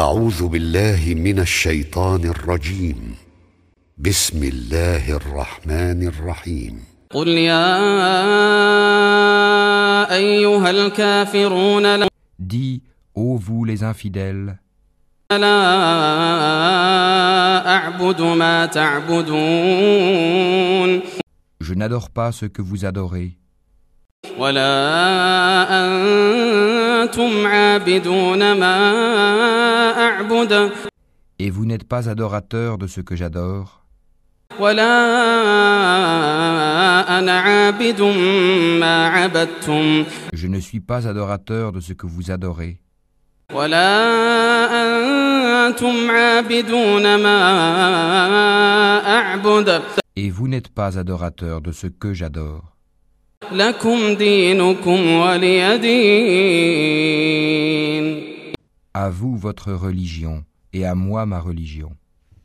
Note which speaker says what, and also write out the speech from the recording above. Speaker 1: اعوذ بالله من الشيطان الرجيم بسم الله الرحمن الرحيم
Speaker 2: قل يا أيها الكافرون لا
Speaker 3: Dis, ô vous les infidèles,
Speaker 2: لا أعبد ما تعبدون
Speaker 3: je n'adore pas ce que vous adorez,
Speaker 2: ولا أنتم عابدون ما أعبد
Speaker 3: et vous n'êtes pas adorateurs de ce que j'adore,
Speaker 2: ولا أنا عابد ما عبدتم
Speaker 3: je ne suis pas adorateur de ce que vous adorez,
Speaker 2: ولا أنتم عابدون ما أعبد
Speaker 3: et vous n'êtes pas adorateurs de ce que j'adore.
Speaker 2: لكم دينكم ولي دين
Speaker 3: À vous votre religion, et à moi ma religion.